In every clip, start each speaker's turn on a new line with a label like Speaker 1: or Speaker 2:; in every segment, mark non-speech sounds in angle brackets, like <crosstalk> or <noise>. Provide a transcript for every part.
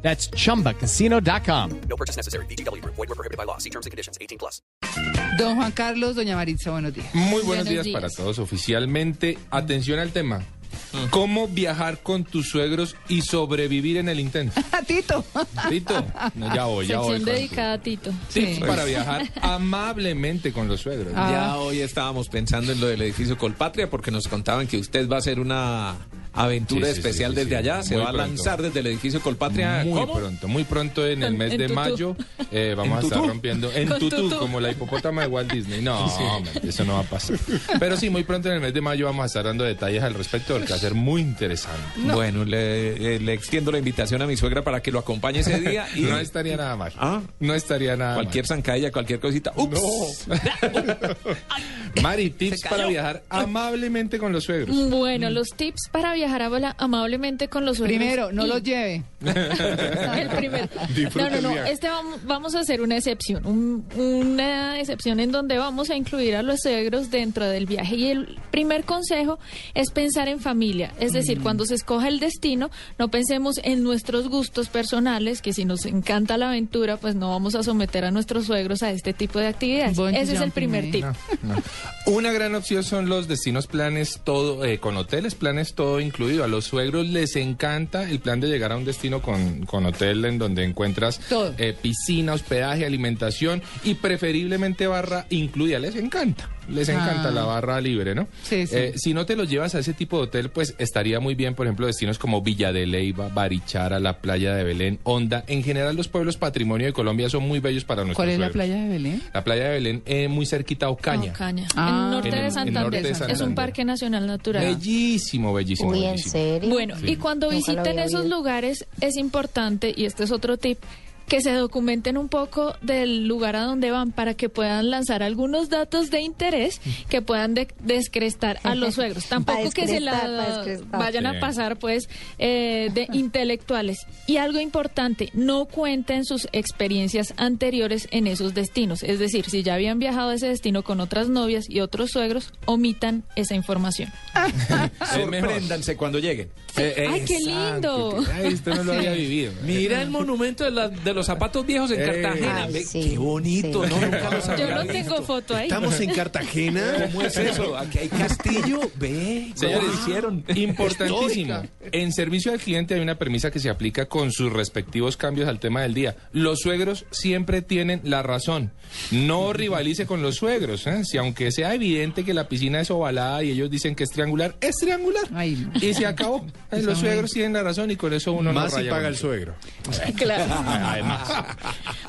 Speaker 1: That's chumbacasino.com.
Speaker 2: No purchase necessary. BGW. Void were prohibited by law. See terms and conditions. 18 plus.
Speaker 3: Don Juan Carlos, doña Maritza, buenos
Speaker 4: <laughs>
Speaker 3: días.
Speaker 4: Muy buenos,
Speaker 5: Buenos
Speaker 4: días,
Speaker 5: días.
Speaker 4: para todos. Oficialmente, atención al tema.
Speaker 6: Mm.
Speaker 4: ¿Cómo viajar con tus suegros y sobrevivir en el intento?
Speaker 3: Tito.
Speaker 4: Tito, no, ya voy, ya voy.
Speaker 5: Sección
Speaker 4: con
Speaker 5: dedicada a Tito.
Speaker 4: tu- Tips para viajar amablemente con los suegros.
Speaker 6: Ya
Speaker 5: Ah.
Speaker 6: hoy estábamos pensando en lo del edificio Colpatria porque nos contaban que usted va a hacer una aventura
Speaker 4: Sí, sí, sí,
Speaker 6: especial
Speaker 4: sí,
Speaker 6: desde
Speaker 4: sí.
Speaker 6: allá, se
Speaker 4: Muy
Speaker 6: va a
Speaker 4: pronto.
Speaker 6: lanzar desde el edificio Colpatria.
Speaker 4: Muy
Speaker 6: ¿Cómo?
Speaker 4: pronto, muy pronto en el
Speaker 5: En-
Speaker 4: mes
Speaker 5: en
Speaker 4: de
Speaker 5: tutú.
Speaker 4: mayo eh, vamos a estar rompiendo en
Speaker 5: <laughs> Con
Speaker 4: tutú,
Speaker 5: tutú.
Speaker 4: como la hipopótama de Walt Disney. No, hombre, eso no va a pasar. Pero sí, muy pronto en el mes de mayo vamos a estar dando detalles al respecto, porque va a ser muy interesante.
Speaker 6: Bueno, le, eh, le extiendo la invitación a mi suegra para que lo acompañe ese día <laughs> y
Speaker 4: No estaría nada mal.
Speaker 6: Ah.
Speaker 4: No estaría nada mal.
Speaker 6: cualquier zancadilla, cualquier cosita. <laughs> ¡Ups!
Speaker 4: Mari, tips para viajar amablemente con los suegros.
Speaker 5: Bueno, los tips para viajar amable- amablemente con los suegros.
Speaker 3: Primero, no
Speaker 5: <laughs> y-
Speaker 3: los lleve.
Speaker 5: El primero. No,
Speaker 4: Disfruta
Speaker 5: no,
Speaker 4: el
Speaker 5: no.
Speaker 4: viaje.
Speaker 5: Este vam- vamos a hacer una excepción. un- una excepción en donde vamos a incluir a los suegros dentro del viaje. Y el primer consejo es pensar en familia. Es
Speaker 4: Mm.
Speaker 5: decir, cuando se escoja el destino, no pensemos en nuestros gustos personales, que si nos encanta la aventura, pues no vamos a someter a nuestros suegros a este tipo de actividades.
Speaker 3: Bungee
Speaker 5: Ese es el
Speaker 3: jumping,
Speaker 5: primer
Speaker 3: ¿eh?
Speaker 5: tip.
Speaker 4: Una gran opción son los destinos planes todo eh, con hoteles, planes todo incluido. A los suegros les encanta el plan de llegar a un destino con, con hotel en donde encuentras
Speaker 3: Todo.
Speaker 4: eh, piscina, hospedaje, alimentación y preferiblemente barra incluida. Les encanta. Les encanta
Speaker 3: Ah.
Speaker 4: la barra libre, ¿no?
Speaker 3: Sí, sí.
Speaker 4: Eh, si no te los llevas a ese tipo de hotel, pues estaría muy bien, por ejemplo, destinos como Villa de Leyva, Barichara, la playa de Belén, Honda. En general, los pueblos patrimonio de Colombia son muy bellos para nuestros
Speaker 3: ¿Cuál es la
Speaker 4: suegros.
Speaker 3: playa de Belén?
Speaker 4: La playa de Belén es muy cerquita a Ocaña.
Speaker 5: Ocaña.
Speaker 3: Ah.
Speaker 5: en norte
Speaker 3: En el- en
Speaker 5: de
Speaker 3: el
Speaker 5: Santander.
Speaker 3: norte de
Speaker 5: Es un
Speaker 3: Santander.
Speaker 5: parque nacional natural.
Speaker 4: Bellísimo, bellísimo.
Speaker 7: Uy, ¿en
Speaker 4: bellísimo.
Speaker 7: serio?
Speaker 5: Bueno, y cuando
Speaker 7: Nunca lo
Speaker 5: visiten
Speaker 7: había
Speaker 5: esos
Speaker 7: oído.
Speaker 5: lugares es importante, y este es otro tip, que se documenten un poco del lugar a donde van para que puedan lanzar algunos datos de interés
Speaker 7: Mm.
Speaker 5: que puedan de- descrestar a
Speaker 7: <laughs>
Speaker 5: los suegros. Tampoco que se
Speaker 7: descrestar, pa'
Speaker 5: la
Speaker 7: descrestar.
Speaker 5: vayan
Speaker 4: Sí.
Speaker 5: a pasar pues eh,
Speaker 7: <laughs>
Speaker 5: de intelectuales. Y algo importante, no cuenten sus experiencias anteriores en esos destinos. Es decir, si ya habían viajado a ese destino con otras novias y otros suegros, omitan esa información.
Speaker 6: Sorpréndanse cuando lleguen. Eh,
Speaker 5: ¡Ay, qué
Speaker 4: Exacto,
Speaker 5: lindo!
Speaker 4: que- Ay, esto no lo
Speaker 7: <laughs>
Speaker 4: había vivido.
Speaker 6: Mira el monumento de, la- de los zapatos viejos en
Speaker 4: Eh.
Speaker 6: Cartagena.
Speaker 7: Ay,
Speaker 6: Ve,
Speaker 7: Ah, sí,
Speaker 6: Qué bonito,
Speaker 7: sí.
Speaker 6: ¿no? Nunca los
Speaker 5: Yo
Speaker 6: había
Speaker 5: no
Speaker 6: visto.
Speaker 5: tengo foto ahí. <laughs>
Speaker 8: Estamos en Cartagena.
Speaker 6: ¿Cómo es eso? Aquí hay castillo. Ve, ¿cómo
Speaker 4: Señores,
Speaker 6: lo <laughs> hicieron?
Speaker 4: Importantísimo. En servicio al cliente hay una premisa que se aplica con sus respectivos cambios al tema del día. Los suegros siempre tienen la razón. No rivalice con los suegros. ¿eh? Si aunque sea evidente que la piscina es ovalada y ellos dicen que es triangular, es triangular.
Speaker 3: Ay, no. <laughs>
Speaker 4: Y se acabó. Eh, Los suegros tienen la razón y con eso uno no
Speaker 8: Más si
Speaker 4: raya
Speaker 8: paga
Speaker 4: con
Speaker 8: el suegro.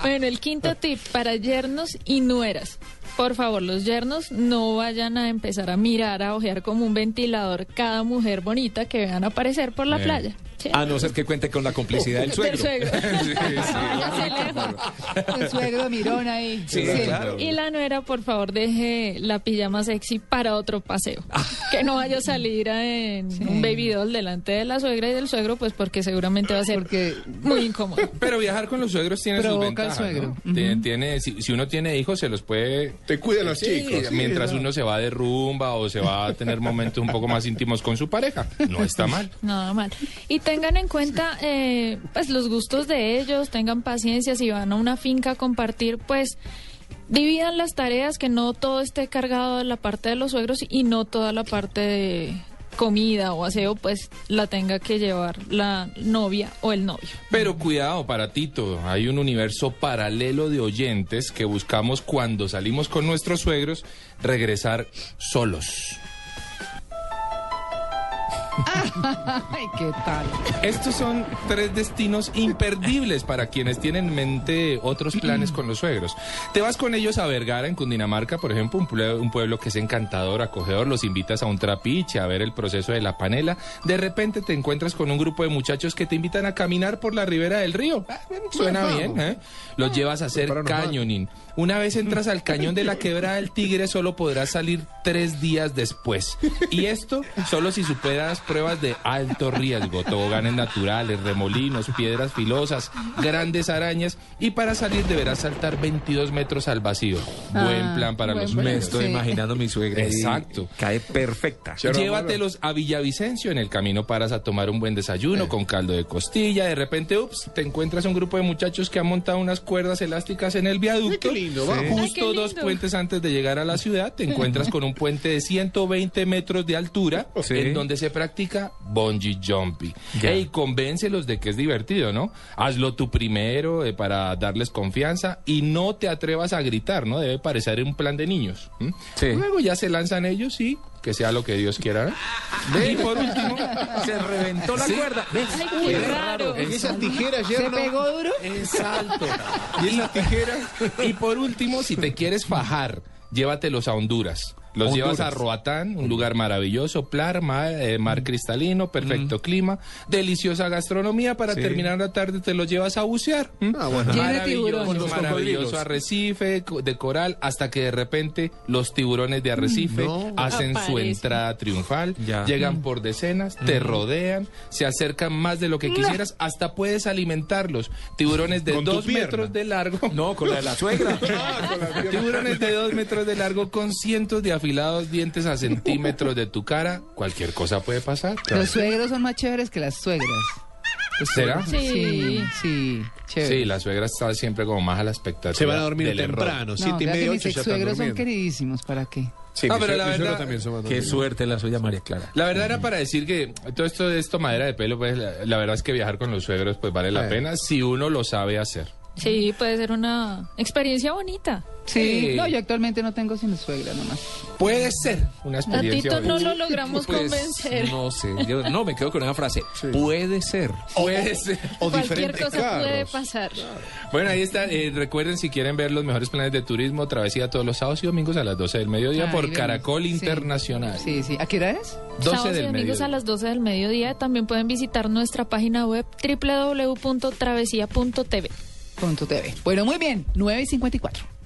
Speaker 5: Bueno, el quinto tip para yernos y nueras. Por favor, los yernos no vayan a empezar a mirar, a ojear como un ventilador cada mujer bonita que vean aparecer por la
Speaker 4: Eh.
Speaker 5: playa. ¿sí?
Speaker 6: A no ser que cuente con la complicidad del Ah, suegro.
Speaker 5: <laughs> Del
Speaker 6: <laughs>
Speaker 5: suegro. Váyase lejos.
Speaker 3: El suegro mirón ahí.
Speaker 6: Sí, claro.
Speaker 5: Y la nuera, por favor, deje la pijama sexy para otro paseo. Que no vaya a salir a- en un baby doll delante de la suegra y del suegro, pues porque seguramente va a ser
Speaker 3: Porque-
Speaker 5: muy incómodo.
Speaker 4: Pero viajar con los suegros tiene sus
Speaker 3: Provoca al
Speaker 4: ventajas.
Speaker 3: suegro.
Speaker 4: ¿no? Tiene- tiene- si, si uno tiene hijos, se los puede.
Speaker 8: Te cuidan los
Speaker 4: Sí,
Speaker 8: chicos.
Speaker 4: mientras uno se va de rumba o se va a tener momentos un poco más íntimos con su pareja. No está mal.
Speaker 5: Nada mal. Y tengan en cuenta eh, pues los gustos de ellos, tengan paciencia, si van a una finca a compartir, pues dividan las tareas, que no todo esté cargado de la parte de los suegros y no toda la parte de comida o aseo, pues la tenga que llevar la novia o el novio.
Speaker 4: Pero cuidado para Tito, hay un universo paralelo de oyentes que buscamos cuando salimos con nuestros suegros regresar solos.
Speaker 3: Ay, qué tal.
Speaker 4: Estos son tres destinos imperdibles para quienes tienen en mente otros planes con los suegros. Te vas con ellos a Vergara, en Cundinamarca, por ejemplo, un pueblo, un pueblo que es encantador, acogedor, los invitas a un trapiche, a ver el proceso de la panela. De repente te encuentras con un grupo de muchachos que te invitan a caminar por la ribera del río. Ah, bueno, Suena bien, ¿eh? Los llevas a hacer
Speaker 8: paranormal.
Speaker 4: cañoning, Una vez entras al
Speaker 3: <laughs>
Speaker 4: cañón de la quebrada del tigre, solo podrás salir tres días después. Y esto solo si superas pruebas de alto riesgo, toboganes naturales, remolinos, piedras filosas, grandes arañas. Y para salir deberás saltar 22 metros al vacío. Buen
Speaker 3: Ah,
Speaker 4: plan para
Speaker 3: buen
Speaker 4: los
Speaker 3: plan.
Speaker 6: Me
Speaker 4: suegros.
Speaker 6: estoy
Speaker 3: Sí.
Speaker 6: imaginando a mi suegra. ahí.
Speaker 4: Exacto.
Speaker 6: Cae perfecta.
Speaker 4: Llévatelos a Villavicencio. En el camino paras a tomar un buen desayuno
Speaker 7: Eh.
Speaker 4: con caldo de costilla. De repente, ups, te encuentras un grupo de muchachos que han montado unas cuerdas elásticas en el viaducto.
Speaker 7: Ay, qué lindo,
Speaker 4: Sí.
Speaker 7: vamos.
Speaker 4: Justo
Speaker 5: Ay, qué lindo.
Speaker 4: dos puentes antes de llegar a la ciudad, te
Speaker 7: <laughs>
Speaker 4: encuentras con un puente de 120 metros de altura
Speaker 6: Sí.
Speaker 4: en donde se practica bungee jumping.
Speaker 6: Ya.
Speaker 4: Ey, convéncelos de que es divertido, ¿no? Hazlo tú primero eh, para darles confianza y no te atrevas a gritar, ¿no? Debe parecer un plan de niños. ¿m?
Speaker 6: Sí.
Speaker 4: Luego ya se lanzan ellos y que sea lo que Dios quiera. ¿no? Y por último,
Speaker 6: Se reventó la cuerda.
Speaker 5: Ay, qué raro.
Speaker 7: Y esas tijeras
Speaker 3: ¿Se
Speaker 7: ya
Speaker 3: pegó duro?
Speaker 4: Exacto. Y es la tijera. Y por último, si te quieres fajar, llévatelos a Honduras. Los llevas a Roatán, un lugar maravilloso, plar, ma- eh, mar cristalino, perfecto clima, deliciosa gastronomía. Para terminar la tarde te los llevas a bucear. ¿m?
Speaker 7: Ah, bueno.
Speaker 3: Lleno de
Speaker 4: Maravilloso,
Speaker 3: tiburones.
Speaker 4: maravilloso arrecife co- de coral, hasta que de repente los tiburones de arrecife
Speaker 7: Mm, No.
Speaker 4: hacen su
Speaker 5: Aparecen.
Speaker 4: entrada triunfal,
Speaker 6: Ya.
Speaker 3: Mm.
Speaker 4: llegan por decenas,
Speaker 7: Mm.
Speaker 4: te rodean, se acercan más de lo que quisieras, hasta puedes alimentarlos. Tiburones de
Speaker 7: Con tu
Speaker 4: dos
Speaker 7: pierna.
Speaker 4: metros de largo.
Speaker 6: <laughs> No, con la de la suegra.
Speaker 4: <laughs> Tiburones de dos metros de largo con cientos de afilados dientes a centímetros de tu cara. Cualquier cosa puede pasar.
Speaker 3: Los suegros son más chéveres que las suegras.
Speaker 7: Pues
Speaker 4: ¿Será?
Speaker 5: Sí.
Speaker 3: Sí, sí, chévere.
Speaker 4: Sí, la suegra está siempre como más a la expectativa.
Speaker 7: Se van a dormir
Speaker 4: del error.
Speaker 7: temprano,
Speaker 3: No,
Speaker 7: siete y
Speaker 3: vea que
Speaker 7: media,
Speaker 3: mis
Speaker 7: ocho ya están
Speaker 3: ex-suegros son
Speaker 7: durmiendo.
Speaker 3: queridísimos, ¿para qué?
Speaker 7: Sí,
Speaker 6: Ah,
Speaker 4: No,
Speaker 7: mi
Speaker 4: pero la
Speaker 7: suegro- mi suegro
Speaker 4: verdad-
Speaker 7: también se va a dormir.
Speaker 6: Qué suerte la suya, María Clara.
Speaker 4: La verdad era para decir que todo esto de esto madera de pelo, pues la, la verdad es que viajar con los suegros pues vale la
Speaker 7: Eh.
Speaker 4: pena si uno lo sabe hacer.
Speaker 5: Sí, puede ser una experiencia bonita.
Speaker 3: Sí.
Speaker 4: Sí.
Speaker 3: No, yo actualmente no tengo sino suegra nomás.
Speaker 4: Puede ser una experiencia.
Speaker 5: Tatito no
Speaker 4: bonita.
Speaker 5: lo logramos convencer.
Speaker 6: Pues, No sé. Yo, no, me quedo con una frase. Puede ser.
Speaker 4: Puede ser.
Speaker 7: O
Speaker 5: Cualquier
Speaker 7: diferentes
Speaker 5: cosa puede
Speaker 7: carros.
Speaker 5: pasar.
Speaker 4: Bueno, ahí está. eh, recuerden, si quieren ver los mejores planes de turismo, travesía todos los sábados y domingos a las 12 del mediodía
Speaker 3: Ay,
Speaker 4: por
Speaker 3: vemos.
Speaker 4: Caracol
Speaker 3: Sí.
Speaker 4: Internacional.
Speaker 3: Sí, sí. ¿A qué hora es?
Speaker 4: 12
Speaker 5: Sábados y
Speaker 4: del
Speaker 5: domingos
Speaker 4: mediodía.
Speaker 5: a las 12 del mediodía también pueden visitar nuestra página web www.travesía.tv.
Speaker 3: Punto TV. Bueno, muy bien. 9 y 54.